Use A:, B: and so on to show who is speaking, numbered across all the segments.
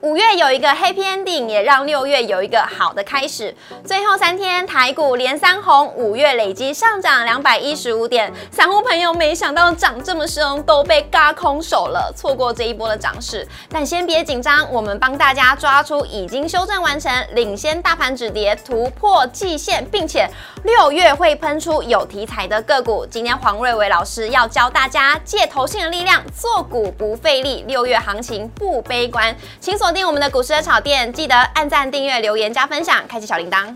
A: 五月有一个 happy ending，也让六月有一个好的开始。最后三天，台股连三红，五月累积上涨两百一十五点。散户朋友没想到涨这么凶，都被嘎空手了，错过这一波的涨势。但先别紧张，我们帮大家抓出已经修正完成、领先大盘止跌、突破季线，并且六月会喷出有题材的个股。今天黄瑞伟老师要教大家借投信的力量做股不费力，六月行情不悲观。请锁定我们的股市的炒店，记得按赞、订阅、留言、加分享，开启小铃铛。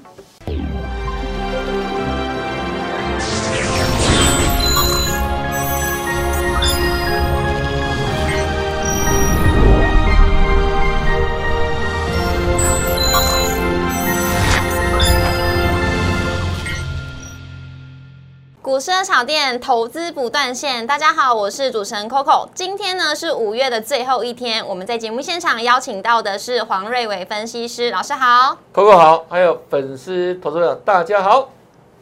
A: 股市的炒店，投资不断线。大家好，我是主持人 Coco。今天呢是五月的最后一天，我们在节目现场邀请到的是黄瑞伟分析师，老师好。
B: Coco 好，还有粉丝投资者大家好。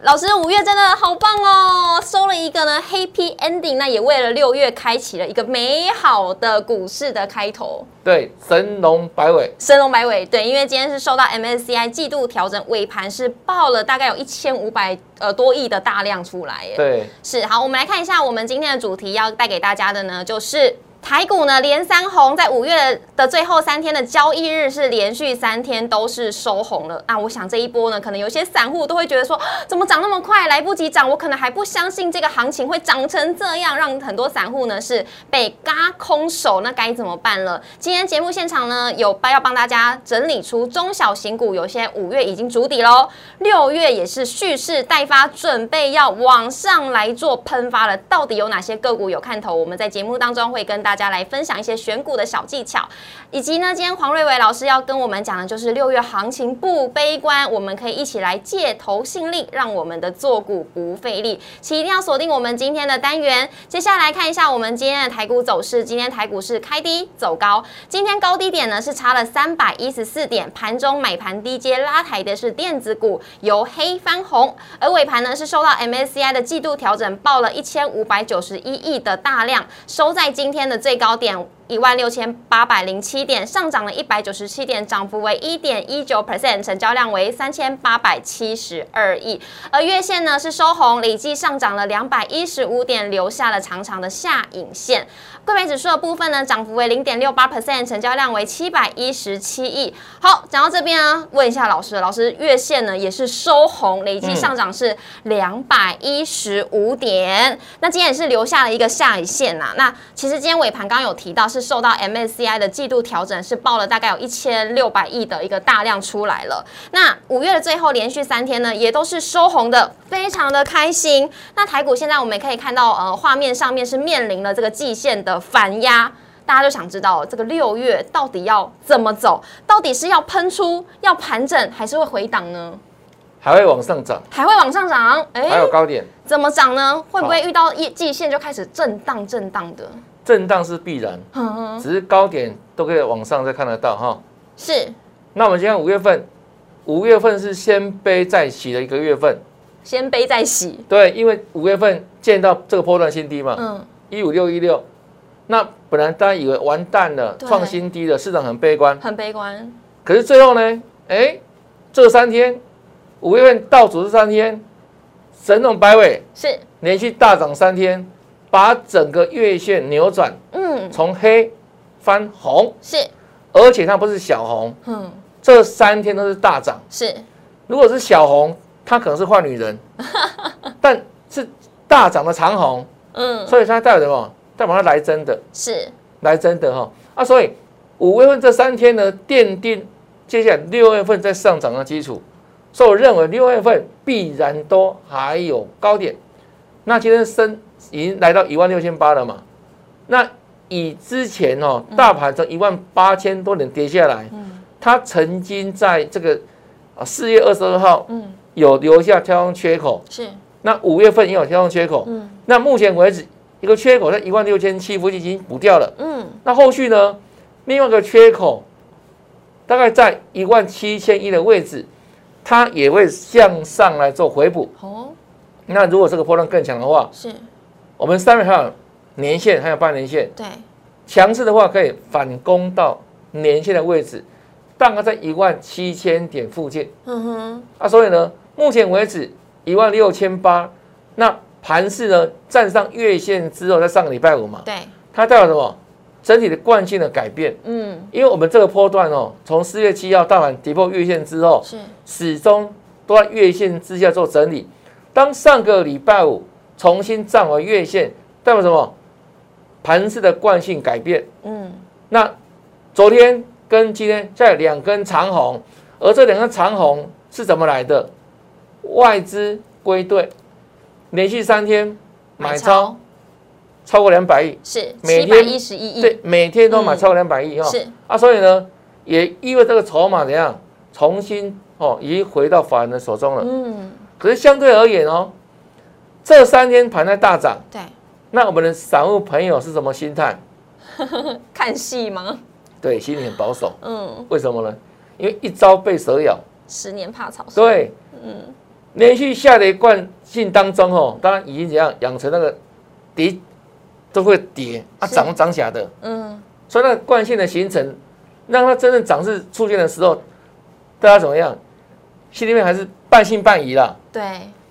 A: 老师，五月真的好棒哦，收了一个呢 Happy Ending，那也为了六月开启了一个美好的股市的开头。
B: 对，神龙摆尾，
A: 神龙摆尾，对，因为今天是受到 MSCI 季度调整，尾盘是爆了大概有一千五百呃多亿的大量出来耶。
B: 对，
A: 是好，我们来看一下我们今天的主题要带给大家的呢，就是台股呢连三红，在五月的最后三天的交易日是连续三天都是收红了。啊那我想这一波呢，可能有些散户都会觉得说，啊怎么涨那么快，来不及涨，我可能还不相信这个行情会涨成这样，让很多散户呢是被嘎空手，那该怎么办了？今天节目现场呢有帮要帮大家整理出中小型股，有些五月已经筑底喽，六月也是蓄势待发，准备要往上来做喷发了。到底有哪些个股有看头？我们在节目当中会跟大家来分享一些选股的小技巧，以及呢，今天黄瑞伟老师要跟我们讲的就是六月行情不悲观，我们可以一起来借投信力，让我们的做股不费力。请一定要锁定我们今天的单元。接下来看一下我们今天的台股走势，今天台股是开低走高，今天高低点呢是差了三百一十四点，盘中买盘低阶拉抬的是电子股，由黑翻红，而尾盘呢是受到 MSCI 的季度调整，报了一千五百九十一亿的大量，收在今天的最高点。一万六千八百零七点，上涨了一百九十七点，涨幅为一点一九 percent，成交量为三千八百七十二亿。而月线呢是收红，累计上涨了两百一十五点，留下了长长的下影线。贵买指数的部分呢，涨幅为零点六八 percent，成交量为七百一十七亿。好，讲到这边呢，问一下老师，老师月线呢也是收红，累计上涨是两百一十五点。那今天也是留下了一个下影线呐、啊那其实今天尾盘刚刚有提到，是受到 MSCI 的季度调整，是报了大概有一千六百亿的一个大量出来了。那五月的最后连续三天呢，也都是收红的，非常的开心。那台股现在我们也可以看到，呃，画面上面是面临了这个季线的反压。大家就想知道这个六月到底要怎么走，到底是要喷出、要盘整，还是会回档呢？
B: 还会往上涨，
A: 还会往上涨？哎、
B: 还有高点，
A: 怎么涨呢？会不会遇到业季线就开始震荡震荡的？
B: 震荡是必然，
A: 嗯，
B: 只是高点都可以往上再看得到哈。
A: 是
B: 那我们先看五月份，五月份是先悲再喜的一个月份，
A: 先悲再喜。
B: 对，因为五月份见到这个波段新低嘛，
A: 嗯，
B: 一五六一六，那本来大家以为完蛋了，
A: 对
B: 创新低了，市场很悲观，
A: 很悲观。
B: 可是最后呢，哎，这三天，五月份倒数这三天，神龙摆尾
A: 是，
B: 连续大涨三天，把整个月线扭转，
A: 嗯，
B: 从黑翻红，
A: 是，
B: 而且它不是小红，
A: 嗯，
B: 这三天都是大涨。
A: 是，
B: 如果是小红，它可能是坏女人，但是大涨的长红，
A: 嗯，
B: 所以它代表什么？代表它来真的，
A: 是，
B: 来真的哈、啊，所以五月份这三天呢，奠定接下来六月份再上涨的基础。所以我认为六月份必然都还有高点。那今天升已经来到一万六千八了嘛？那以之前哦，大盘从一万八千多点跌下来，它曾经在这个啊四月二十二号
A: 嗯，
B: 有留下跳空缺口，
A: 是，
B: 那五月份也有跳空缺口。
A: 嗯，
B: 那目前为止，一个缺口在一万六千七附近已经补掉了。
A: 嗯，
B: 那后续呢，另外一个缺口大概在一万七千一的位置，它也会向上来做回补。
A: 哦，
B: 那如果这个波段更强的话，
A: 是，
B: 我们三月还有年线还有半年线
A: 对，
B: 强势的话，可以反攻到年线的位置，大概在一万七千点附近。
A: 嗯哼，
B: 啊，所以呢，目前为止一万六千八，那盘势呢站上月线之后，在上个礼拜五嘛，
A: 对，
B: 它代表什么？整体的惯性的改变，
A: 嗯，
B: 因为我们这个波段哦，从四月七号大盘跌破月线之后，
A: 是，
B: 始终都在月线之下做整理。当上个礼拜五重新站回月线，代表什么？盘势的惯性改变。
A: 嗯，
B: 那昨天跟今天这两根长红，而这两根长红是怎么来的？外资归队，连续三天买超超过两百亿，
A: 是
B: 每
A: 七
B: 天
A: 百一十一亿，
B: 对，每天都买
A: 嗯
B: 超过两百亿哈。
A: 是，
B: 啊，所以呢，也意味这个筹码怎样重新哦，已经回到法人的手中了。
A: 嗯，
B: 可是相对而言哦，这三天盘在大涨，
A: 对，
B: 那我们的散户朋友是什么心态？
A: 看戏吗？
B: 对，心里很保守。
A: 嗯，
B: 为什么呢？因为一朝被蛇咬。
A: 十年怕草绳，
B: 对，
A: 嗯，
B: 连续下跌惯性当中哦，当然已经怎样养成那个跌都会跌啊，
A: 是
B: 涨都涨起来的，
A: 嗯，
B: 所以那个惯性的形成，让它真正涨势出现的时候，大家怎么样？心里面还是半信半疑啦。
A: 对，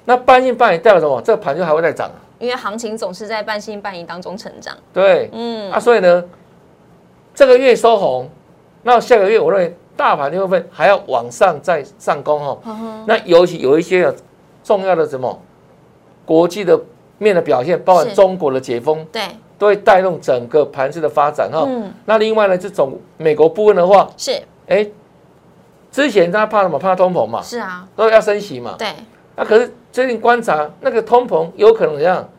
B: 那半信半疑代表什么？这个盘就还会再涨啊。
A: 因为行情总是在半信半疑当中成长，
B: 对，
A: 嗯，
B: 啊，所以呢，这个月收红，那下个月我认为大盘六月份还要往上再上攻哦。
A: 嗯哼，
B: 那尤其有一些重要的什么国际的面的表现，包括
A: 是
B: 中国的解封，
A: 对，
B: 都会带动整个盘势的发展哈、
A: 嗯，
B: 那另外呢，这种美国部分的话，
A: 是
B: 哎，之前大家怕什么？怕通膨嘛，
A: 是啊，
B: 都要升息嘛。
A: 对，
B: 那、可是最近观察，那个通膨有可能怎样？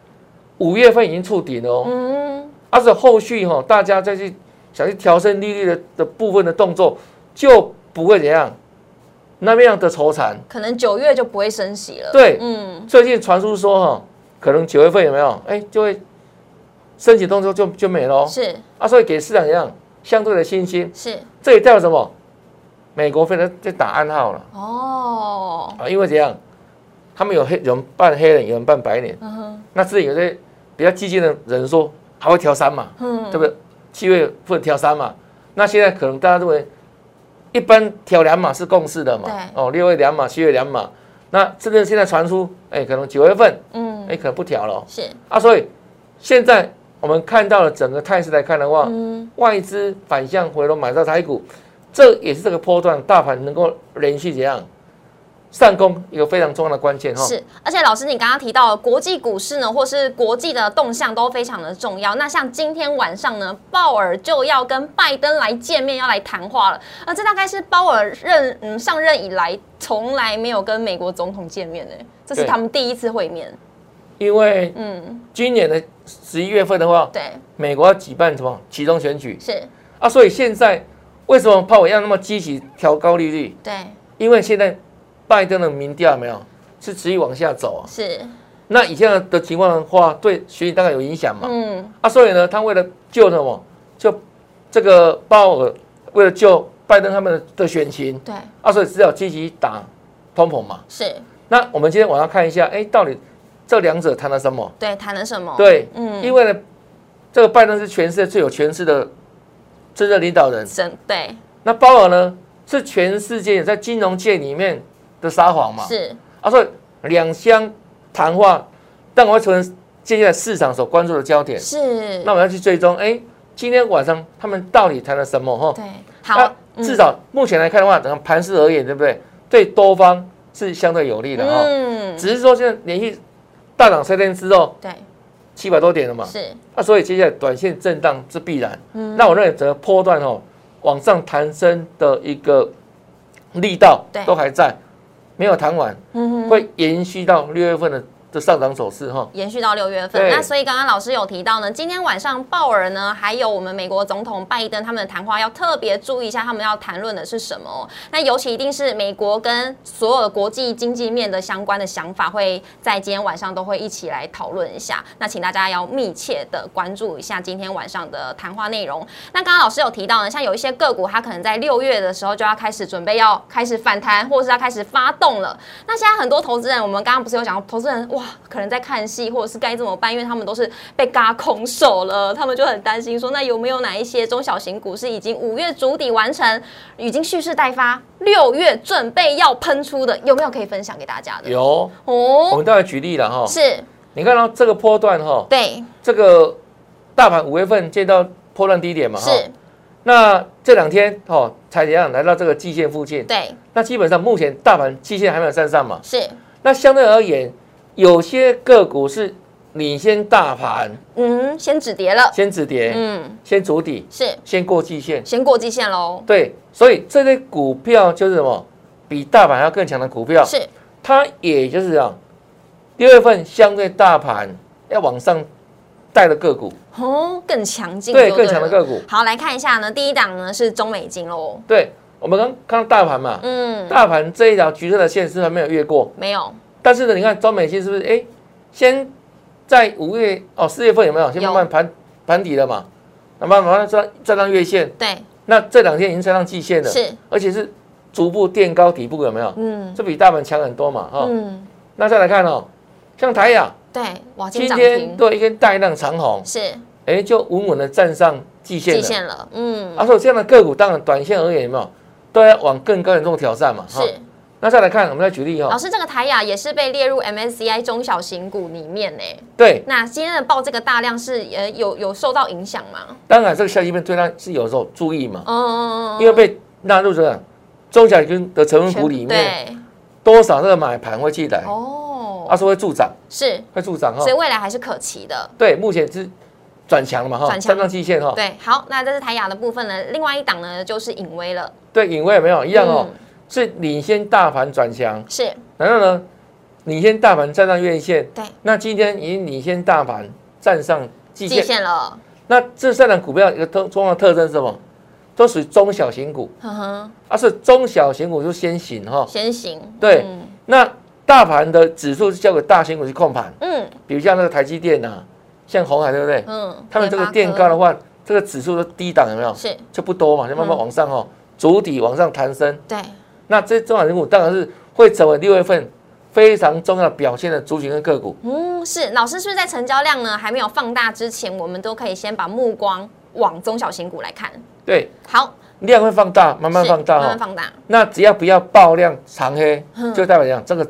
B: 五月份已经触底了哦。
A: 嗯，
B: 而且后续哈、大家再去想去调升利率的的部分的动作，就不会怎样那么样的愁惨。
A: 可能九月就不会升息了，
B: 对
A: 嗯，
B: 最近传出说哈、可能九月份有没有？哎，就会升息动作就就没了、哦、
A: 是
B: 啊，所以给市场一样相对的信心。
A: 是，
B: 这也代表什么？美国非常在打暗号了
A: 哦，
B: 啊，因为怎样？他们有黑有人扮黑人，有人扮白人。
A: 嗯哼，
B: 那自己有些比较激进的人说还会调三嘛，
A: 嗯，
B: 对不对？七月份调三嘛，那现在可能大家认为一般调两码是共识的嘛
A: 对，
B: 哦，六月两码，七月两码，那甚至现在传出，哎，可能九月份，
A: 嗯，
B: 哎，可能不调了哦
A: 是，
B: 啊，所以现在我们看到了整个态势来看的话，
A: 嗯，
B: 外资反向回笼买到台股，这也是这个波段大盘能够连续怎样上攻一个非常重要的关键哈、哦。
A: 是，而且老师，你刚刚提到了国际股市呢，或是国际的动向都非常的重要。那像今天晚上呢，鲍尔就要跟拜登来见面，要来谈话了。呃，这大概是鲍尔任嗯上任以来从来没有跟美国总统见面的、这是
B: 对
A: 他们第一次会面。
B: 因为
A: 嗯，
B: 今年的十一月份的话，
A: 对，
B: 美国要举办什么集中选举
A: 是，
B: 啊，所以现在为什么鲍威要那么积极调高利率？
A: 对，
B: 因为现在拜登的民调有没有是持续往下走啊，
A: 是，
B: 那以前的情况的话，对选举大概有影响嘛？
A: 嗯，
B: 啊，所以呢，他为了救什么？就这个鲍尔为了救拜登他们的选情，
A: 对，
B: 啊，所以只好积极打通膨嘛。
A: 是，
B: 那我们今天晚上看一下，哎，到底这两者谈了什么？
A: 对，谈了什么？，
B: 对，
A: 嗯，
B: 因为呢，这个拜登是全世界最有权势的真正领导人，
A: 真对，
B: 那鲍尔呢是全世界在金融界里面的撒谎嘛？
A: 是，
B: 啊，所以两相谈话，但我会成为现在市场所关注的焦点。
A: 是
B: 那，我们要去追踪，哎，今天晚上他们到底谈了什么？哈，
A: 对，
B: 那
A: 好，嗯
B: 至少目前来看的话，整个盘势而言，对不对？对多方是相对有利的哈。
A: 嗯，
B: 只是说现在连续大涨三天之后，
A: 对，
B: 七百多点了嘛，
A: 是，
B: 那所以接下来短线震荡是必然。
A: 嗯
B: 那我认为整个波段哦往上弹升的一个力道
A: 对
B: 都还在，没有弹完，
A: 嗯哼。
B: 会延续到六月份的的上涨走势哈。
A: 延续到六月份。
B: 对
A: 那所以刚刚老师有提到呢，今天晚上鲍尔呢，还有我们美国总统拜登他们的谈话要特别注意一下，他们要谈论的是什么哦、那尤其一定是美国跟所有的国际经济面的相关的想法，会在今天晚上都会一起来讨论一下。那请大家要密切的关注一下今天晚上的谈话内容。那刚刚老师有提到呢，像有一些个股，它可能在六月的时候就要开始准备要开始反弹，或者是要开始发动了。那现在很多投资人，我们刚刚不是有讲，投资人哇，哇，可能在看戏，或者是该怎么办？因为他们都是被嘎空手了，他们就很担心说，那有没有哪一些中小型股是已经五月主底完成，已经蓄势待发，六月准备要喷出的，有没有可以分享给大家的？
B: 有，我
A: 哦，
B: 们待会举例了哈。
A: 是，
B: 你看到这个波段哈，
A: 对，
B: 这个大盘五月份见到波段低点嘛哈，
A: 是，
B: 那这两天哦，才怎样来到这个季线附近？
A: 对，
B: 那基本上目前大盘季线还没有站上嘛，
A: 是，
B: 那相对而言，有些个股是领先大盘，
A: 嗯，先止跌了，
B: 先止跌，
A: 嗯，
B: 先筑底，
A: 是，
B: 先过季线。
A: 先过季线喽，
B: 对，所以这类股票就是什么，比大盘要更强的股票，
A: 是，
B: 它也就是这样，六月份相对大盘要往上带的个股，
A: 哦，更强劲就
B: 对
A: 了，
B: 更强的个股。
A: 好，来看一下呢，第一档呢是中美金喽，
B: 对，我们刚看到大盘嘛，
A: 嗯，
B: 大盘这一条橘色的线是还没有越过，
A: 没有，
B: 但是呢，你看中美线是不是？哎，先在五月哦四月份有没有先慢慢盘盘底了嘛？那慢慢站站上月线，
A: 对，
B: 那这两天已经站上季线了，
A: 是，
B: 而且是逐步垫高底部有没有？
A: 嗯
B: 这比大盘强很多嘛，哈、
A: 嗯，
B: 那再来看哦，像台雅
A: 对，哇，今天
B: 今
A: 涨
B: 天
A: 停
B: 对一根大量长红，
A: 是
B: 哎，就稳稳的站上季线
A: 季
B: 了。
A: 线了，嗯，
B: 啊，所以这样的个股当然短线而言有没有，都要往更高点中挑战嘛，哈
A: 是。
B: 那再来看，我们再举例哈、哦
A: 老师，这个台雅也是被列入 MSCI 中小型股里面呢。
B: 对，
A: 那今天的报这个大量是呃有有受到影响吗？
B: 当然这个消息面对它是有时候注意嘛，
A: 嗯，
B: 因为被纳入这个中小型的成分
A: 全
B: 股里面，多少这个买盘会进来
A: 对，，哦，
B: 啊，哦说会助涨，
A: 是，
B: 会助涨哈
A: 所以。未来还是可期的。
B: 对，目前是转强了嘛哈，
A: 转强
B: 站上季线哈。
A: 对，好，那这是台雅的部分呢，另外一档呢就是影威了，
B: 对，影威有没有一样哦？
A: 嗯，
B: 是领先大盘转强，
A: 是
B: 然后呢，领先大盘站上月线，
A: 对，
B: 那今天已经领先大盘站上季
A: 季
B: 线。
A: 线了，
B: 那这三档股票一个特重要的特征是什么？都属于中小型股，
A: 呵呵，
B: 而、是中小型股就先行哈、
A: 先行，
B: 哦对
A: 嗯
B: 那大盘的指数是交给大型股去控盘，
A: 嗯
B: 比如像那个台积电啊，像红海，对不对？
A: 嗯，
B: 他们这个
A: 联发
B: 垫
A: 科
B: 高的话，这个指数都低档有没有？
A: 是，
B: 就不多嘛，就慢慢
A: 嗯
B: 往上哦，主体往上弹升。
A: 对，
B: 那这中小型股当然是会成为六月份非常重要表现的族群跟个股。
A: 嗯，是老师是不是在成交量呢还没有放大之前，我们都可以先把目光往中小型股来看？
B: 对，
A: 好，
B: 量会放大，慢慢
A: 是
B: 放大
A: 慢慢
B: 哈、哦。
A: 放大，
B: 那只要不要爆量长黑
A: 嗯，
B: 就代表讲这个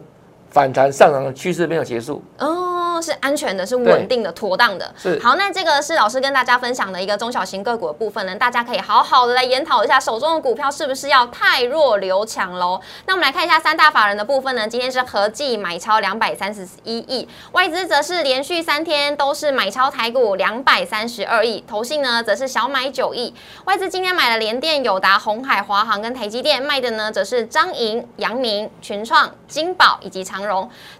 B: 反弹上涨的趋势没有结束。
A: 哦，是安全的，是
B: 对
A: 稳定的、妥当的。
B: 是
A: 好，那这个是老师跟大家分享的一个中小型个股的部分呢，大家可以好好的来研讨一下手中的股票是不是要太弱留强喽。那我们来看一下三大法人的部分呢，今天是合计买超两百三十一亿，外资则是连续三天都是买超台股两百三十二亿，投信呢则是小买九亿。外资今天买了联电、友达、红海、华航跟台积电，卖的呢则是张营、阳明、群创、金宝以及长荣。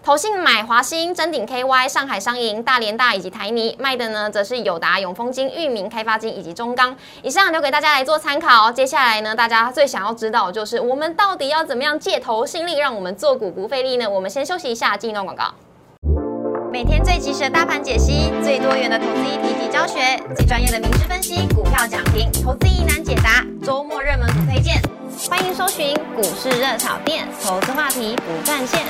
A: 投信买华兴、真鼎 KY、上海商银、大连大以及台泥，卖的呢则是友达、永丰金、域名、开发金以及中钢。以上留给大家来做参考。哦接下来呢，大家最想要知道的就是我们到底要怎么样借投信力，让我们做股不费力呢？我们先休息一下，进一段广告。每天最及时的大盘解析，最多元的投资议题及教学，最专业的名师分析，股票涨停，投资疑难解答，周末热门股推荐，欢迎搜寻股市热炒店，投资话题不断线。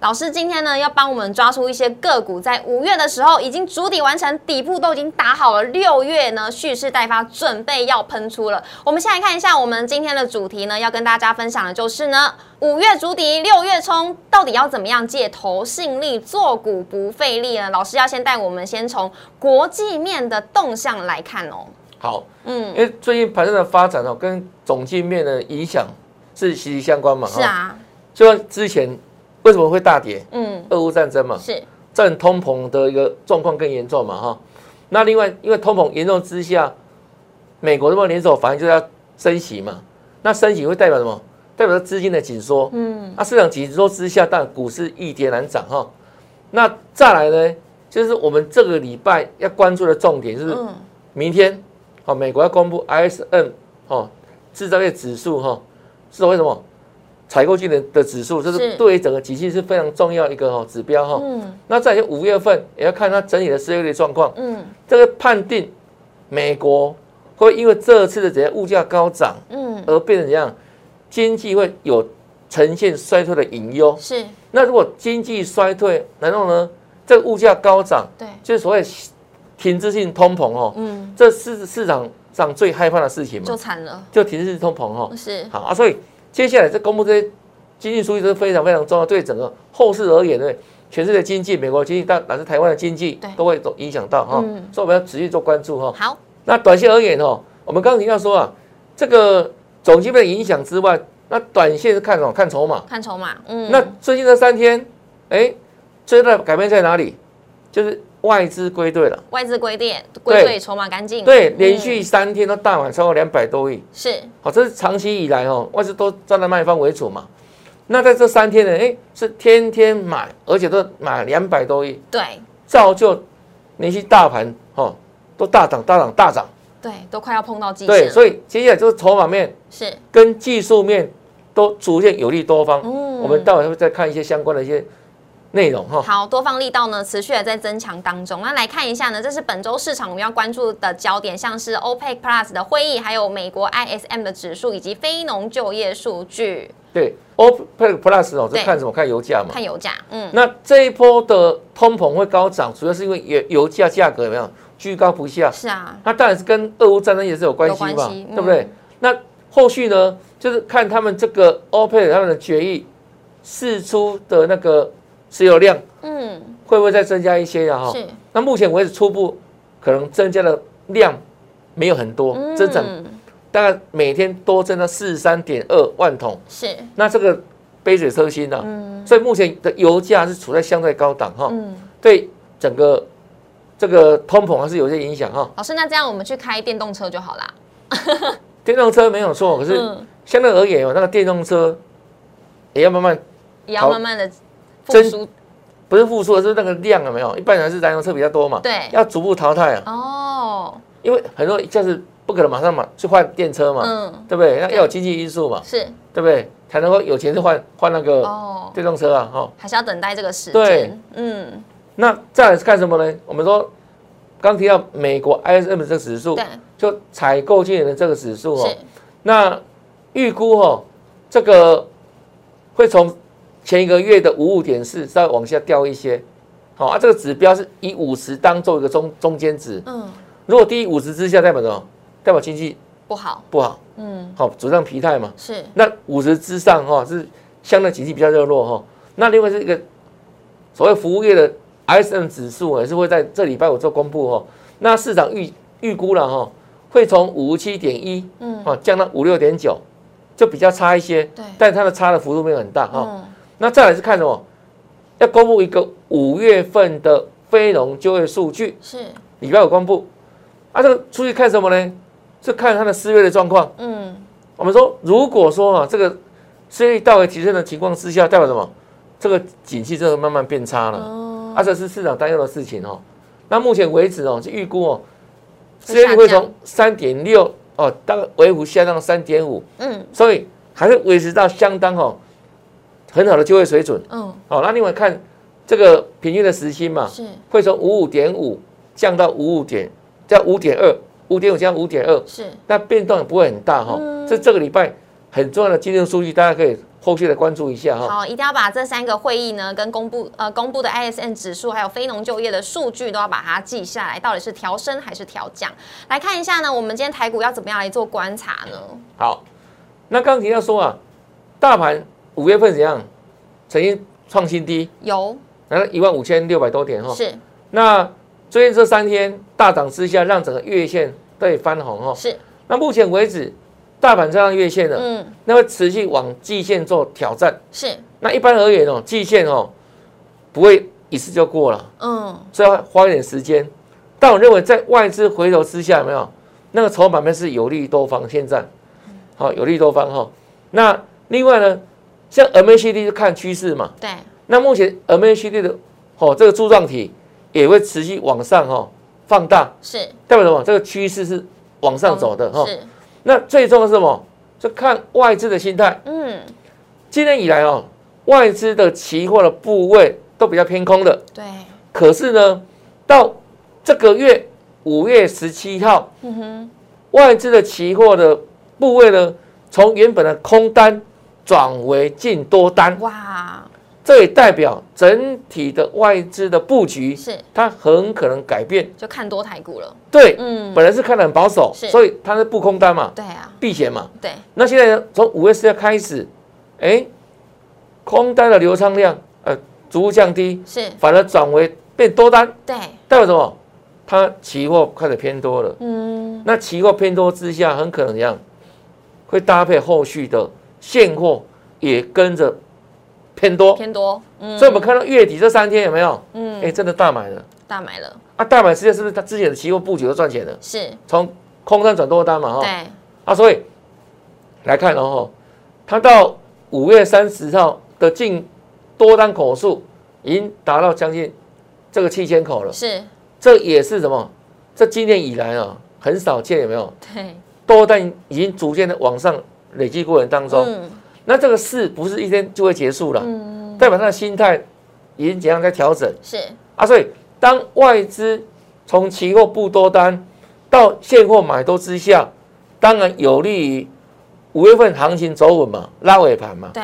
A: 老师今天呢，要帮我们抓出一些个股，在五月的时候已经主底完成，底部都已经打好了，六月呢蓄势待发，准备要喷出了。我们先来看一下我们今天的主题呢，要跟大家分享的就是呢，五月主底，六月冲，到底要怎么样借投信力做股不费力呢？老师要先带我们先从国际面的动向来看哦。
B: 好，因
A: 嗯，
B: 为最近盘上的发展哦，跟总经面的影响是息息相关嘛。哦
A: 是，啊，
B: 就像之前为什么会大跌？
A: 嗯，
B: 俄乌战争嘛，
A: 是
B: 造成通膨的一个状况更严重嘛哈。那另外，因为通膨严重之下，美国这么联手反应就是要升息嘛。那升息会代表什么？代表资金的紧缩。
A: 嗯，
B: 那市场紧缩之下，当然股市一跌难涨哈。那再来呢，就是我们这个礼拜要关注的重点就是
A: 嗯，
B: 明天哦，美国要公布 ISM 哦制造业指数哈、是为什么？采购经理的指数，这
A: 是
B: 是对于整个景气是非常重要一个哈、哦指标哈、
A: 嗯，
B: 那再就五月份也要看它整体的失业率状况，
A: 嗯，
B: 这个判定美国会因为这次的这些物价高涨
A: 嗯，
B: 而变成怎样，经济会有呈现衰退的隐忧。
A: 是，
B: 那如果经济衰退，然后呢，这个物价高涨，
A: 对，
B: 就是所谓停滞性通膨哦，
A: 嗯，
B: 这市市场上最害怕的事情嘛
A: 就，惨了，
B: 就停滞性通膨哦。
A: 是，
B: 好啊，所以接下来这公布这些经济数据都是非常非常重要，对整个后市而言呢，全世界经济、美国经济，但乃至台湾的经济
A: 对
B: 都会走影响到哈、
A: 嗯
B: 所以我们要持续做关注哈、
A: 好，
B: 那短线而言哦，我们刚刚提到说啊，这个总基本影响之外，那短线是看什么？看筹码。
A: 看筹码，嗯，
B: 那最近这三天，哎，最大的改变在哪里？就是外资归队了，
A: 外资归店归队，筹码干净，
B: 对，
A: 嗯
B: 连续三天都大买超过两百多亿，
A: 是
B: 好、这是长期以来哦，外资都站在卖方为主嘛。那在这三天呢，哎，是天天买，而且都买两百多亿，
A: 对
B: 造就连续大盘哦都大涨、大涨、大涨。
A: 对，都快要碰到极限
B: 对，
A: 了，
B: 所以接下来就是筹码面
A: 是，
B: 跟技术面都逐渐有利多方。
A: 嗯
B: 我们待会会再看一些相关的一些内容哈。
A: 好，多方力道呢持续的在增强当中。那来看一下呢，这是本周市场我们要关注的焦点，像是 OPEC Plus 的会议，还有美国 ISM 的指数以及非农就业数据，
B: 对，OPEC Plus 哦，
A: 对
B: 是看什么？看油价嘛。
A: 看油价，嗯，
B: 那这一波的通膨会高涨，主要是因为油油价价格有没有居高不下？
A: 是啊，
B: 那当然是跟俄乌战争也是有关系
A: 有
B: 嘛
A: 关系，嗯
B: 对不对？那后续呢，就是看他们这个 OPEC 他们的决议释出的那个石油量
A: 嗯，
B: 会不会再增加一些呀？哈，
A: 是，
B: 那目前为止，初步可能增加的量没有很多，增长
A: 嗯
B: 大概每天多增加四十三点二万桶。
A: 是，
B: 那这个杯水车薪呢、所以目前的油价是处在相对高档哈，
A: 嗯。
B: 对整个这个通膨还是有些影响哈。
A: 老师，那这样我们去开电动车就好啦。
B: 电动车没有错，可是
A: 嗯，
B: 相对而言哦，那个电动车也要慢慢
A: 也要
B: 好
A: 慢慢的复
B: 真
A: 苏。
B: 不是复苏，而是那个量有没有？一般还是燃油车比较多嘛，
A: 对
B: 要逐步淘汰啊，
A: 哦，
B: 因为很多一下子不可能马上嘛去换电车嘛，
A: 嗯，
B: 对不对？那
A: 对
B: 要有经济因素嘛，
A: 是
B: 对不对？才能够有钱去换换那个
A: 哦，
B: 电动车啊，哈、哦。
A: 还是要等待这个时
B: 对
A: 间。嗯，
B: 那再来是干什么呢？我们说刚提到美国 ISM 这个指数
A: 对，，
B: 就采购经理的这个指数哦
A: 是，
B: 那预估哦，这个会从前一个月的五五点四稍微往下掉一些。好、啊，这个指标是以五十当做一个中中间值，
A: 嗯，
B: 如果低于五十之下，代表什么？代表经济
A: 不好，
B: 不好，
A: 嗯，
B: 好、走向疲态嘛。
A: 是
B: 那五十之上哈、是相对经济比较热络哈、那另外是一个所谓服务业的 ISM 指数也是会在这礼拜五做公布哈、那市场预预估了哈、会从五七点一
A: 嗯
B: 哦降到五六点九，就比较差一些，
A: 对，
B: 但它的差的幅度没有很大哈、
A: 嗯，
B: 那再来是看什么？要公布一个五月份的非农就业数据，
A: 是，
B: 礼拜五公布。啊，这个数据看什么呢？是看它的失业的状况。
A: 嗯，
B: 我们说，如果说啊，这个失业率大为提升的情况之下，代表什么？这个景气真的慢慢变差了，
A: 哦，
B: 啊，这是市场担忧的事情哦。那目前为止哦，就预估哦，失业率会从三点六哦，大概微幅下降到三点五，
A: 嗯
B: 所以还是维持到相当哦很好的就业水准。
A: 嗯，
B: 哦，那另外看这个平均的时薪嘛，
A: 是
B: 会从五五点五降到五五点，在五点二，五点五降五点二，
A: 是，
B: 那变动也不会很大哈、
A: 嗯
B: 这这个礼拜很重要的经济数据，大家可以后续的关注一下哈、
A: 好，一定要把这三个会议呢，跟公布呃公布的 ISM 指数，还有非农就业的数据，都要把它记下来，到底是调升还是调降？来看一下呢，我们今天台股要怎么样来做观察呢？
B: 好，那刚刚提到说啊，大盘五月份怎样，曾经创新低，
A: 有
B: 来到一万五千六百多点哈、
A: 是
B: 那最近这三天大涨之下，让整个月线对翻红哈、
A: 是，
B: 那目前为止，大盘站上月线了，
A: 嗯
B: 那会持续往季线做挑战。
A: 是，
B: 那一般而言哦，季线哦不会一次就过了。
A: 嗯
B: 所以要花一点时间。但我认为在外资回头之下，有没有那个筹码面是有利多方？现在好、有利多方哈、那另外呢，像 MACD 就看趋势嘛。
A: 对，
B: 那目前 MACD 的哦这个柱状体也会持续往上哈、哦、放大，
A: 是
B: 代表什么？这个趋势是往上走的哈、
A: 哦是
B: 那最重要是什么？就看外资的心态。
A: 嗯
B: 今年以来哦，外资的期货的部位都比较偏空的。
A: 对，
B: 可是呢，到这个月五月十七号，
A: 嗯哼
B: 外资的期货的部位呢，从原本的空单转为净多单，
A: 哇，
B: 这也代表整体的外资的布局
A: 是
B: 它很可能改变。
A: 就看多台股了，
B: 对，
A: 嗯，
B: 本来是看得很保守，
A: 是
B: 所以它是布空单嘛，
A: 对啊，
B: 避险嘛。
A: 对，
B: 那现在从五月四号开始，哎，空单的流仓量呃逐步降低，
A: 是，
B: 反而转为变多单，
A: 对，
B: 代表什么？它期货开始偏多了。
A: 嗯，
B: 那期货偏多之下，很可能怎样？会搭配后续的现货也跟着偏多，
A: 偏多，嗯，
B: 所以我们看到月底这三天有没有？
A: 嗯
B: 哎，真的大买了
A: 大买了，
B: 啊！大买之下是不是他之前的期货布局都赚钱了？
A: 是，
B: 从空单转多单嘛，哈
A: 对，
B: 啊，所以来看哦，吼它到五月三十号的净多单口数已经达到将近这个七千口了，
A: 是，
B: 这也是什么？这今年以来啊，很少见有没有？
A: 对，
B: 多单已经逐渐的往上累积过程当中，
A: 嗯
B: 那这个事不是一天就会结束了，
A: 嗯，
B: 代表他的心态已经怎样在调整
A: 是，
B: 啊？所以当外资从期货布多单到现货买多之下，当然有利于五月份行情走稳嘛，拉尾盘嘛，
A: 对，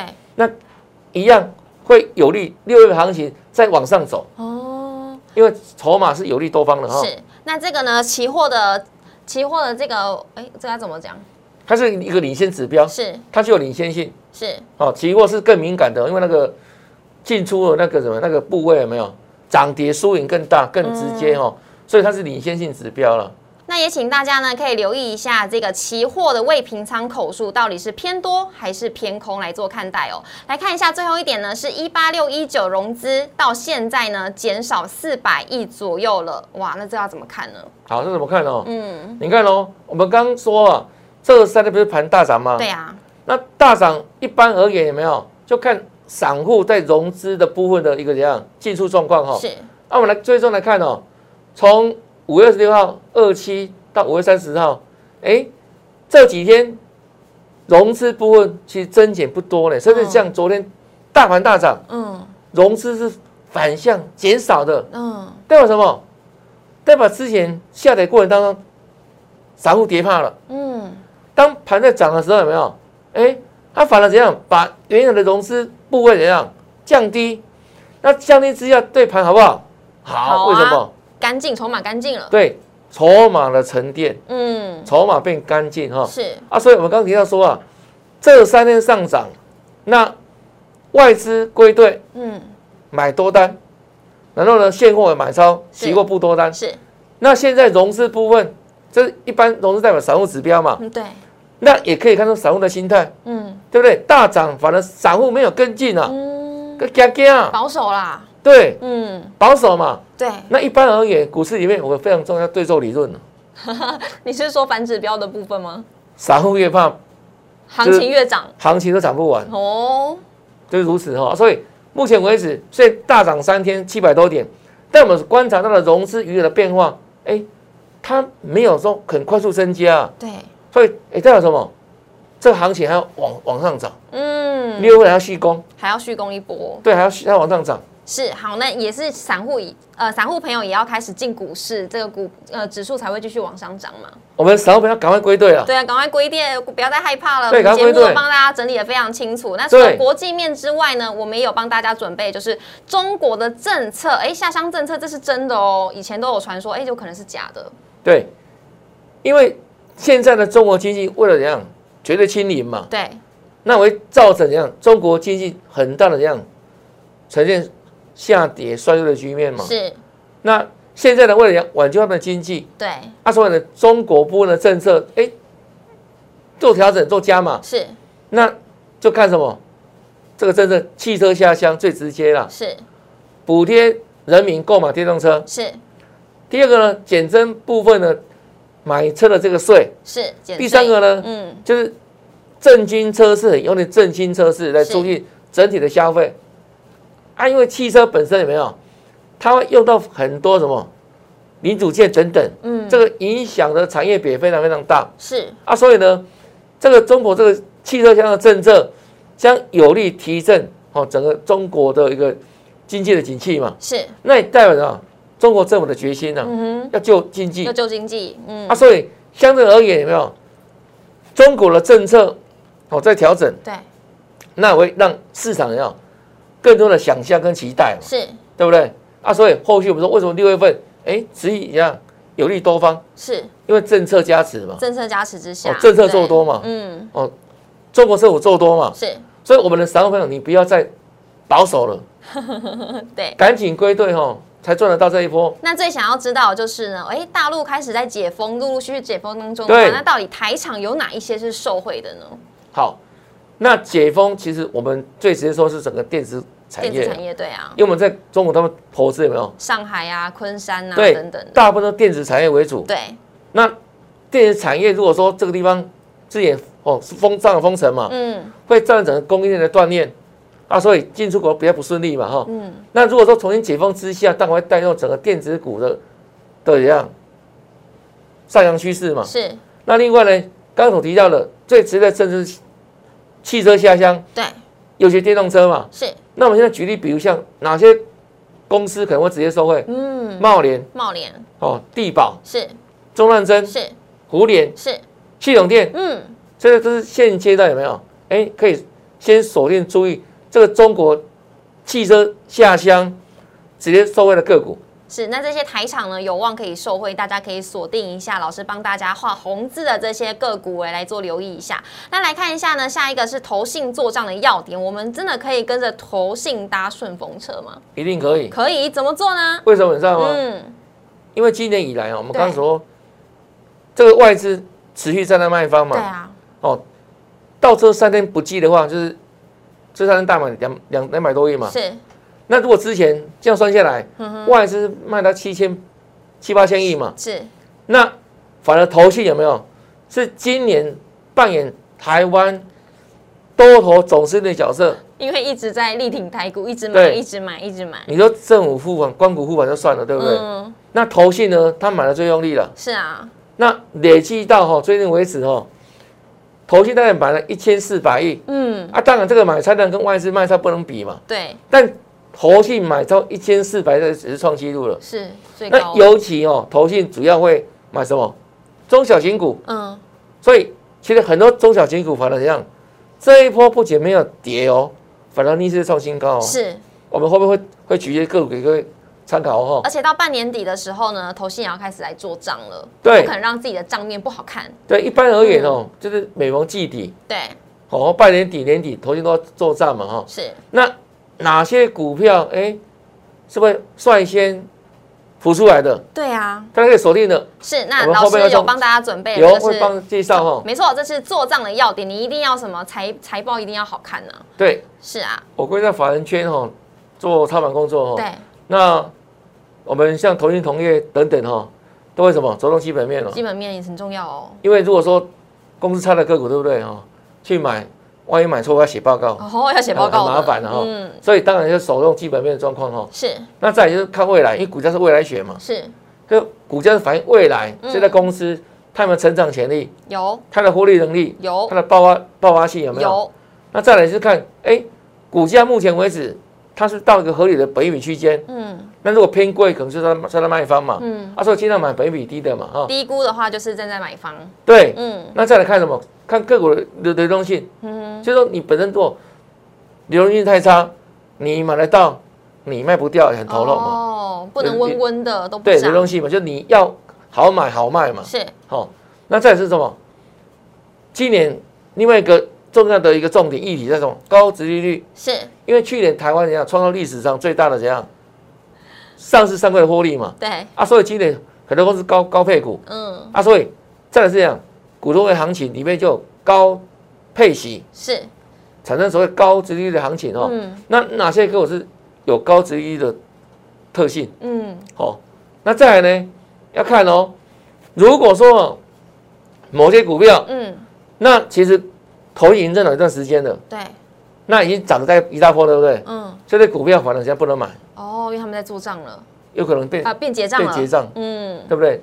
B: 一样会有利六月份行情再往上走，
A: 哦，
B: 因为筹码是有利多方的哈，
A: 是，那这个呢，期货的期货的这个，哎，这该怎么讲？
B: 它是一个领先指标，
A: 是
B: 它具有领先性。
A: 是，
B: 哦，期货是更敏感的，因为那个进出的那个什么那个部位有没有涨跌输赢更大、更直接哦，所以它是领先性指标了。
A: 那也请大家呢可以留意一下这个期货的未平仓口数到底是偏多还是偏空来做看待哦。来看一下最后一点呢，是一八六一九融资到现在呢减少四百亿左右了，哇，那这要怎么看呢？
B: 好，这怎么看哦？
A: 嗯，
B: 你看哦，我们刚刚说啊，这三天不是盘大涨吗？
A: 对啊，
B: 那大涨一般而言有没有？就看散户在融资的部分的一个怎样进出状况哈、哦。
A: 是
B: 那、我们来追踪来看哦，从五月二十六号、二七到五月三十号，哎，这几天融资部分其实增减不多嘞，甚至
A: 哦
B: 像昨天大盘大涨，
A: 嗯
B: 融资是反向减少的，
A: 嗯，
B: 代表什么？代表之前下跌过程当中，散户跌怕了。
A: 嗯，
B: 当盘在涨的时候，有没有？哎，它反而怎样？把原有的融资部位怎样降低？那降低之下，对盘好不好？
A: 好啊
B: 好，为什么？
A: 干净，筹码干净了，
B: 对，筹码的沉淀，
A: 嗯，
B: 筹码变干净哈。
A: 是
B: 啊，所以我们刚刚提到说啊，这三天上涨，那外资归队
A: 嗯
B: 买多单，然后呢现货也买超，
A: 是
B: 期货不多单。
A: 是，是
B: 那现在融资部分，这一般融资代表散户指标嘛，
A: 嗯对，
B: 那也可以看出散户的心态，
A: 嗯
B: 对不对？大涨反而散户没有跟进啊，
A: 嗯，
B: 个惊惊啊，
A: 保守啦，
B: 对，
A: 嗯
B: 保守嘛。
A: 对，
B: 那一般而言，股市里面有个非常重要对照理论啊
A: 你是说反指标的部分吗？
B: 散户越怕
A: 行情越涨
B: 行情都涨不完，
A: 哦，
B: 就是如此哈、所以目前为止，虽然大涨三天七百多点，但我们观察到了融资余额的变化，哎，它没有说很快速增加、啊，
A: 对，
B: 所以哎代表什么？这个行情还要往往上涨，
A: 嗯，
B: 六月还要续攻，
A: 还要续供一波，
B: 对，还要续还要往上涨。
A: 是好，那也是散户以呃散户朋友也要开始进股市，这个股呃指数才会继续往上涨嘛。
B: 我们散户朋友赶快归队了，
A: 对啊，赶快归店，不要再害怕了。
B: 对
A: 我们
B: 赶
A: 节
B: 快
A: 目
B: 归
A: 都
B: 队
A: 帮大家整理的非常清楚。那除了
B: 对
A: 国际面之外呢，我们也有帮大家准备，就是中国的政策，哎，下乡政策这是真的哦，以前都有传说，哎，有可能是假的。
B: 对，因为现在的中国经济为了怎样绝对清零嘛，
A: 对，
B: 那会造成怎样中国经济很大的怎样呈现下跌衰退的局面嘛。
A: 是，
B: 那现在呢，为了要挽救他们的经济，
A: 对，
B: 他所有的中国部分的政策，哎，做调整做加码，
A: 是
B: 那就看什么？这个政策，汽车下乡最直接了，
A: 是
B: 补贴人民购买电动车。
A: 是
B: 第二个呢，减征部分的买车的这个税。
A: 是。减
B: 第三
A: 税
B: 个呢
A: 嗯，
B: 就是振兴车市，用点振兴车市来促进整体的消费。啊，因为汽车本身有没有，它会用到很多什么零组件等等，
A: 嗯
B: 这个影响的产业比非常非常大
A: 是
B: 啊。所以呢，这个中国这个汽车相关的政策将有力提振哦整个中国的一个经济的景气嘛。
A: 是，
B: 那也代表啊，中国政府的决心呢、啊，
A: 嗯
B: 要救经
A: 哼，
B: 济
A: 要，救经济，嗯
B: 啊，，所以相对而言，有没有中国的政策哦在调整，
A: 对，
B: 那会让市场要更多的想象跟期待嘛，
A: 是
B: 对不对？啊，所以后续我们说为什么六月份哎，指引一样有利多方，
A: 是，
B: 因为政策加持嘛，
A: 政策加持之下，
B: 哦政策做
A: 对
B: 多嘛
A: 嗯，
B: 哦，中国政府做多嘛，
A: 是
B: 所以我们的散户朋友你不要再保守了，
A: 对。
B: 赶紧归队哦，才赚得到这一波。
A: 那最想要知道的就是呢，哎，大陆开始在解封，陆陆续续解封当中，
B: 对
A: 那到底台厂有哪一些是受惠的呢？
B: 好，那解封其实我们最直接说是整个电子产
A: 电子
B: 业啊，
A: 产业对啊
B: 因，为我们在中国他们投资有没有？
A: 上海啊、昆山啊
B: 对
A: 等等，的，
B: 大部分都电子产业为主。
A: 对，
B: 那电子产业如果说这个地方自己也哦是封上了封城嘛，
A: 嗯
B: 会造成整个供应链的断裂啊，所以进出口比较不顺利嘛哈。
A: 嗯，
B: 那如果说重新解封之下，但会带动整个电子股的的一样上扬趋势嘛。
A: 是
B: 那另外呢，刚刚所提到的最值得甚至汽车下乡，
A: 对，
B: 有些电动车嘛。
A: 是
B: 那我们现在举例，比如像哪些公司可能会直接收费？
A: 嗯，
B: 茂联
A: 茂联
B: 哦、地保、
A: 是
B: 中乱针、
A: 是
B: 胡联、
A: 是，
B: 系统店，
A: 嗯
B: 这个都是现阶段有没有？哎，可以先锁定注意这个中国汽车下乡直接收费的个股。
A: 是。那这些台厂呢，有望可以受惠，大家可以锁定一下，老师帮大家画红字的这些个股哎，来做留意一下。那来看一下呢，下一个是投信做账的要点，我们真的可以跟着投信搭顺风车吗？
B: 一定可以。
A: 可以，怎么做呢？
B: 为什么你知道吗？
A: 嗯，
B: 因为今年以来啊，我们
A: 对
B: 刚刚说这个外资持续站在卖方
A: 对
B: 嘛，
A: 啊，
B: 哦，到这三天不计的话，就是这三天大买两两两百多亿嘛。
A: 是，嗯
B: 那如果之前这样算下来，外资卖到七千七八千亿嘛，
A: 是，
B: 那反而投信有没有是今年扮演台湾多头总司令的角色？
A: 因为一直在力挺台股，一直买，
B: 对
A: 一直买，一直买，
B: 你说政府护盘、关谷护盘就算了，对不对？
A: 嗯，
B: 那投信呢，他买的最用力了。
A: 是啊，
B: 那累计到哈、最近为止哈、哦，投信大概买了一千四百亿
A: 嗯，
B: 啊，当然这个买超量跟外资卖超不能比嘛，
A: 对，
B: 但投信买超一千四百亿只是创纪录了。
A: 是最
B: 那
A: 高，，
B: 尤其哦，投信主要会买什么？中小型股，
A: 嗯，
B: 所以其实很多中小型股反而怎样？这一波不仅没有跌哦，反而逆势创新高哦。
A: 是，
B: 我们后面会会举一些个股给各位参考哦。
A: 而且到半年底的时候呢，投信也要开始来做账了，
B: 对
A: 不可能让自己的账面不好看，
B: 对，一般而言
A: 嗯
B: 哦，就是每逢季底，
A: 对，
B: 哦，半年底、年底，投信都要做账嘛哈、哦。
A: 是，
B: 那哪些股票哎，是会率先浮出来的？
A: 对啊，
B: 大家可以锁定的，
A: 是，那
B: 我们
A: 老
B: 后面
A: 师
B: 要
A: 有
B: 做
A: 帮大家准备
B: 有
A: 了，就
B: 会
A: 是。
B: 帮介绍哦。
A: 没错，这是做账的要点，你一定要什么财财报一定要好看呢、
B: 对，
A: 是啊，
B: 我会在法人圈哦做操盘工作哦。
A: 对，
B: 那我们像投信同业等等哈、哦，都会什么着重基本面哦。
A: 基本面也很重要哦。
B: 因为如果说公司差的个股，对不对哦？去买，万一买错，我要写报告，
A: 哦，要写报告的
B: 很麻烦的啊哈
A: 嗯，
B: 所以当然就手动基本面的状况哦。
A: 是
B: 那再来就是看未来，因为股价是未来学嘛，
A: 是
B: 就股价是反映未来
A: 嗯
B: 这家公司它有没有成长潜力，
A: 有
B: 它的获利能力，
A: 有
B: 它的爆发爆发性有没有？
A: 有
B: 那再来是看，哎，股价目前为止它是到一个合理的本益比区间，
A: 嗯，
B: 那如果偏贵，可能就是它它的卖方嘛，
A: 嗯
B: 嗯，啊，所以尽量买本益比低的嘛，哈，
A: 低估的话就是正在买方，
B: 对，
A: 嗯
B: 那再来看什么？看个股的流流动性，
A: 嗯，
B: 就是说你本身如果流动性太差，你买得到，你卖不掉也很头痛嘛。
A: 哦，不能温温的都不
B: 对，
A: 涨
B: 流，动性嘛，就你要好买好卖嘛。
A: 是
B: 好、那再来是什么？今年另外一个重要的一个重点议题在什么？高殖利率，
A: 是，
B: 因为去年台湾怎样创造历史上最大的怎样上市上柜的获利嘛，
A: 对，
B: 啊，所以今年很多公司高高配股，
A: 嗯
B: 啊，所以再来是这样，股东会行情里面就有高配息，
A: 是，
B: 产生所谓高殖利率的行情哦。
A: 嗯
B: 那哪些个股是有高殖利率的特性？
A: 嗯
B: 哦，那再来呢，要看哦，如果说哦某些股票，
A: 嗯，那
B: 那其实头已经挣了一段时间了，
A: 对，
B: 那已经涨在一大波了，对不对？
A: 嗯
B: 这类股票反而现在不能买，
A: 哦，因为他们在做账了
B: 有可能被
A: 啊，变结账了，
B: 被结账
A: 嗯
B: 对不对？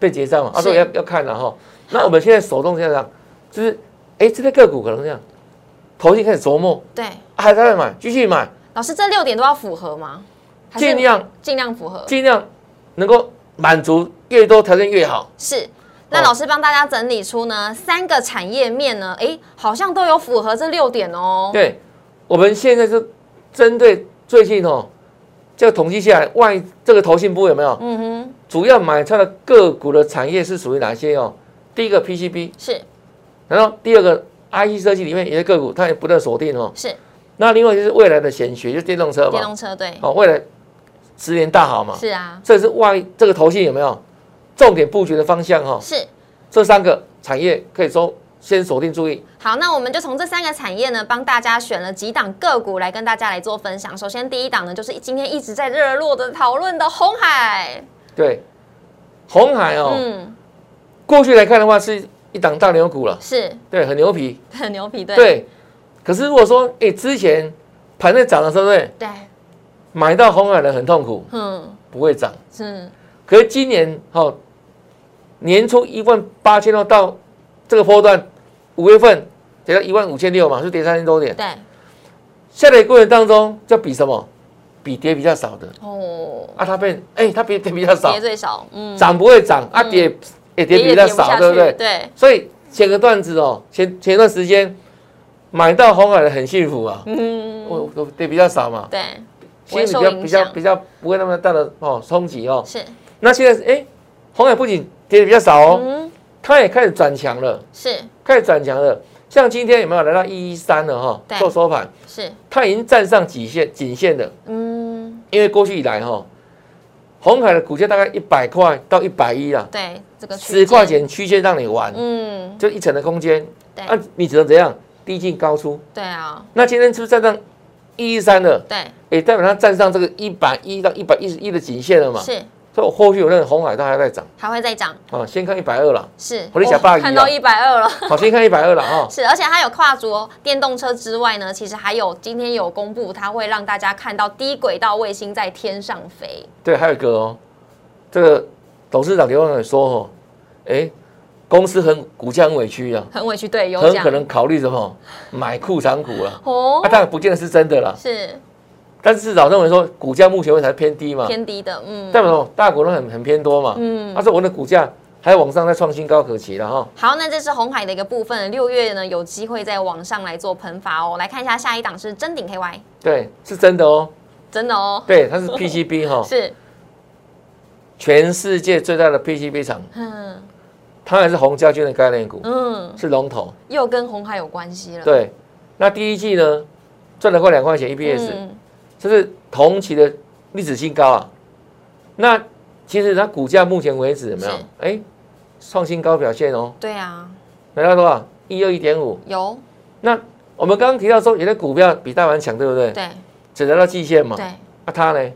B: 被结账嘛，啊，
A: 是
B: 所以要要看了哈。那我们现在手动这样，就是哎，这类个股可能这样，头已经开始琢磨，
A: 对，
B: 啊还在那买，继续买，
A: 老师这六点都要符合吗？还是
B: 尽量
A: 尽量符合
B: 尽量能够满足越多条件越好。
A: 是。那
B: 哦
A: 老师帮大家整理出呢三个产业面呢，诶，好像都有符合这六点哦。
B: 对，我们现在是针对最近哦，这个统计下来，外这个投信部有没有
A: 嗯哼，
B: 主要买它的个股的产业是属于哪些哦？第一个 PCB，
A: 是
B: 然后第二个 IC 设计里面有些个股，它也不断锁定哦。
A: 是，
B: 那另外就是未来的显学，就是电动车
A: 电
B: 嘛，
A: 动车对，
B: 哦，未来十年大好嘛，
A: 是啊，
B: 这是外这个投信有没有重点布局的方向哦？
A: 是。
B: 这三个产业可以说先锁定注意。
A: 好，那我们就从这三个产业呢，帮大家选了几档个股来跟大家来做分享。首先第一档呢，就是今天一直在热络的讨论的红海，
B: 对，红海哦，
A: 嗯，
B: 过去来看的话是一档大牛股了，
A: 是
B: 对，很牛皮，
A: 很牛皮，对
B: 对。可是如果说，哎，之前盘在涨的时候，对不对，
A: 对，
B: 买到红海的很痛苦，
A: 嗯，
B: 不会涨。
A: 是
B: 可是今年哦，年初一万八千多到这个波段，五月份跌到一万五千六嘛，是跌三千多点。
A: 对
B: 下跌过程当中，就比什么？比跌比较少的
A: 哦，
B: 啊，它变哎，它比跌比较少
A: 跌，最少，嗯，
B: 涨不会涨啊，跌也跌比较少，对不对？
A: 对，
B: 所以前个段子哦，前前段时间买到红海的很幸福啊，
A: 嗯，
B: 我我对比较少嘛，
A: 对，不会
B: 心里比
A: 受
B: 较
A: 影
B: 比较
A: 响
B: 比较不会那么大的哦冲击哦。
A: 是，
B: 那现在哎，红海不仅跌的比较少哦，
A: 嗯，
B: 它也开始转强了，
A: 是
B: 开始转强了。像今天有没有来到一一三了哈、
A: 对
B: 做收盘，
A: 是，
B: 它已经站上颈线颈线了。
A: 嗯，
B: 因为过去以来哈、哦，红海的股价大概一百块到一百一啊，
A: 对，这个区
B: 十块
A: 间，
B: 钱区间让你玩，
A: 嗯，
B: 就一层的空间，
A: 对
B: 啊，你只能怎样低进高出。
A: 对啊，
B: 那今天是不是站上一一三了？
A: 对，
B: 也代表它站上这个一百一到一百一十一的颈线了嘛？
A: 是
B: 所以我后续有那个红海它还在涨
A: 还会再涨，
B: 啊，先看一百二了，
A: 是，
B: 我的小
A: 哦
B: 霸鱼
A: 看
B: 啊
A: 到一百二了。
B: 好，先看一百二了哈。
A: 是，而且它有跨足哦电动车之外呢，其实还有今天有公布，它会让大家看到低轨道卫星在天上飞。
B: 对，还有一个哦，这个董事长刘万也说哦，哎，公司很股价很委屈啊，
A: 很委屈，对，有
B: 很
A: 讲
B: 可能考虑什么买库藏股了。
A: 哦
B: 啊，，当然不见得是真的啦，
A: 是
B: 但是至少认为说股价目前为止还偏低嘛，
A: 偏低的，嗯，
B: 代表什么？大股东很很偏多嘛，
A: 嗯
B: 他说我的股价还往上再创新高可期了哈。
A: 好，那这是红海的一个部分，六月呢有机会在往上来做喷发哦。来看一下下一档是真顶 KY，
B: 对，是真的哦。
A: 真的哦，
B: 对，它是 PCB 哈、
A: 是，
B: 全世界最大的 PCB 厂，
A: 嗯
B: 它还是红家军的概念股，
A: 嗯，
B: 是龙头。
A: 又跟红海有关系了。
B: 对，那第一季呢，赚了快两块钱 E EPS，
A: 嗯，
B: 这是同期的历史新高啊。那其实它股价目前为止有没有
A: 是？
B: 哎，创新高表现哦，
A: 对啊，
B: 来到多少？一二一点五。
A: 有，
B: 那我们刚刚提到说，有的股票比大盘强，对不对？
A: 对
B: 只来到季线嘛。
A: 对，
B: 那它呢？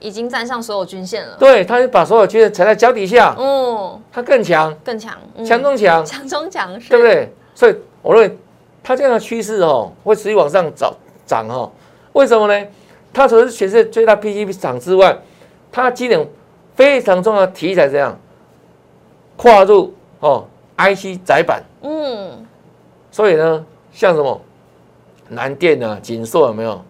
A: 已经站上所有均线了。
B: 对，它把所有均线踩在脚底下，
A: 嗯，
B: 它更强，
A: 更强，嗯
B: 强中强。
A: 强中强是，
B: 对不？对？所以我认为它这样的趋势哦，会持续往上涨涨哦。为什么呢？它除了是全世界最大 PCB 厂之外，它今年非常重要的题材怎样跨入哦 IC 载板，
A: 嗯，
B: 所以呢，像什么南电啊、锦硕有没有？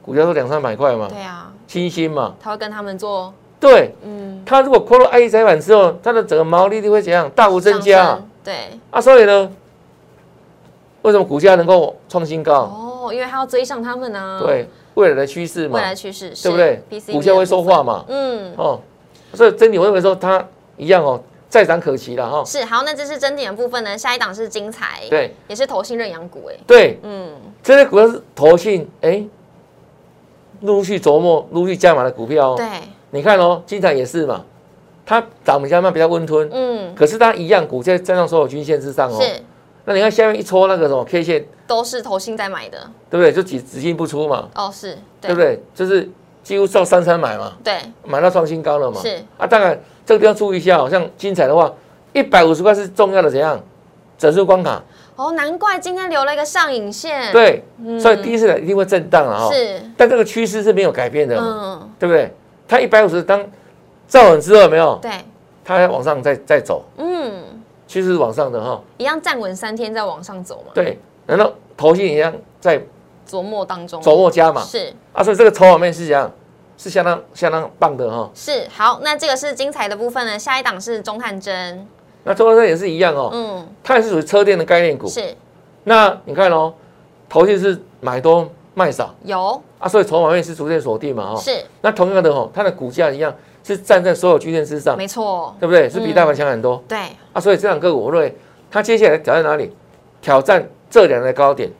B: 股价都两三百块嘛，
A: 对啊，
B: 清新嘛，
A: 他会跟他们做，
B: 对
A: 嗯，
B: 它如果跨入 IC 载板之后，它的整个毛利率会怎样大幅增加
A: 上
B: 啊
A: 升，对，
B: 啊所以呢，为什么股价能够创新高？
A: 哦，因为他要追上他们啊，，
B: 对未来的趋势嘛
A: 未，来趋势是，
B: 对不对？
A: ？PC
B: 股价会说话嘛，
A: 嗯，
B: 哦，所以真理我认为说它一样哦，再涨可期了哈。
A: 是好，那这是真点的部分呢，下一档是精彩，，
B: 对
A: 也是投信认养股，哎，
B: 对，
A: 嗯，
B: 这些股票是投信哎，陆续琢磨、陆续加码的股票哦。
A: 对，
B: 你看哦，金彩也是嘛，它涨比较慢，比较温吞，
A: 嗯，
B: 可是它一样股价站上所有均线之上哦。
A: 是
B: 那你看下面一戳那个什么 K 线，
A: 都是投信在买的，
B: 对不对？就只只进不出嘛，
A: 哦，是，
B: 对不对？就是几乎照三三买嘛。
A: 对，
B: 买到创新高了嘛？
A: 是
B: 啊，当然这个地方注意一下、哦，像精彩的话，一百五十块是重要的怎样整数关卡？
A: 哦，难怪今天留了一个上影线，，
B: 对，所以第一次来一定会震荡了哈、哦。
A: 嗯是，
B: 但这个趋势是没有改变的，
A: 嗯，
B: 对不对？它一百五十当站稳之后有没有？
A: 对，
B: 它还往上再再走，
A: 嗯，
B: 趋势是往上的哈、
A: 一样站稳三天再往上走嘛，
B: 对，然后投信一样在
A: 琢磨当中，
B: 琢磨加码
A: 是。
B: 啊，所以这个筹码面是怎样？是相当相当棒的哈、
A: 是好，那这个是精彩的部分呢。下一档是钟汉真，
B: 那中国车也是一样哦，
A: 嗯，
B: 它也是属于车电的概念股。
A: 是
B: 那你看哦，投信是买多卖少
A: 有
B: 啊，所以筹码面是逐渐锁定嘛哈、
A: 是
B: 那同样的哦，它的股价一样是站在所有均线之上，
A: 没错，嗯
B: 对不对？是比大盘强很多、
A: 对，
B: 啊，所以这两个股我认为它接下来挑战哪里？挑战这两个高点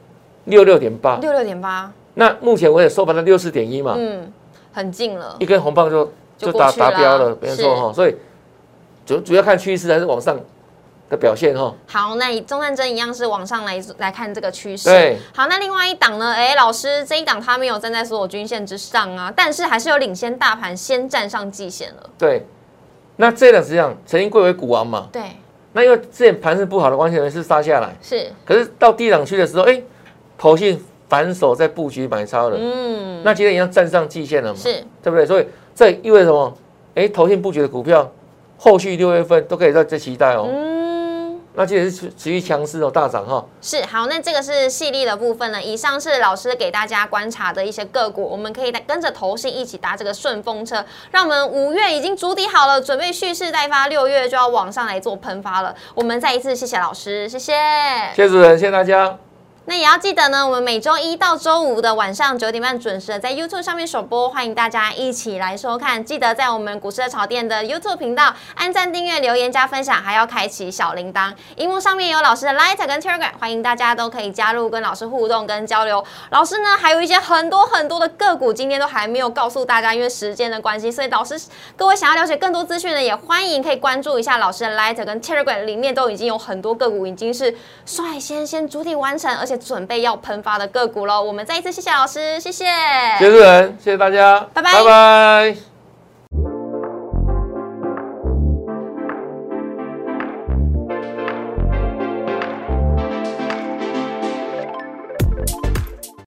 B: 六六点八，
A: 六六点八，
B: 那目前我也收盘了六四点一嘛，
A: 嗯，很近了
B: 一，根红棒就
A: 就
B: 就达
A: 过去啦啊
B: 达标了，没
A: 是
B: 错哈。所以主主要看趋势还是往上的表现哈。
A: 好，那以钟战针一样是往上来来看这个趋势。
B: 对，
A: 好，那另外一档呢？哎，老师，这一档它没有站在所有均线之上啊，但是还是有领先大盘，先站上季线了。
B: 对，那这两只样曾经贵为股王嘛，
A: 对，
B: 那因为之前盘势不好的关系呢，是杀下来，
A: 是，
B: 可是到低档区的时候，哎，投信反手在布局买超了，
A: 嗯，
B: 那今天一样站上季线了嘛，
A: 是
B: 对不对？所以这意味着什么？哎，投信布局的股票，后续六月份都可以在这期待哦。
A: 嗯。
B: 那今天是持持续强势哦，大涨哈。
A: 是好，那这个是细粒的部分呢。以上是老师给大家观察的一些个股，我们可以跟着投信一起搭这个顺风车，让我们五月已经筑底好了，准备蓄势待发，六月就要往上来做喷发了。我们再一次谢谢老师，谢谢。哎
B: 谢谢主持人，谢谢大家。
A: 那也要记得呢，我们每周一到周五的晚上九点半准时的在 YouTube 上面首播，欢迎大家一起来收看。记得在我们股市的炒店的 YouTube 频道按赞、订阅、留言、加分享，还要开启小铃铛。荧幕上面有老师的 Light 跟 Telegram，欢迎大家都可以加入跟老师互动跟交流。老师呢，还有一些很多很多的个股，今天都还没有告诉大家，因为时间的关系，所以老师各位想要了解更多资讯呢，也欢迎可以关注一下老师的 Light 跟 Telegram，里面都已经有很多个股已经是率先先主体完成，而且准备要喷发的个股喽。我们再一次谢谢老师，谢谢
B: 谢谢主持人，谢谢大家，
A: 哎拜拜
B: 拜拜。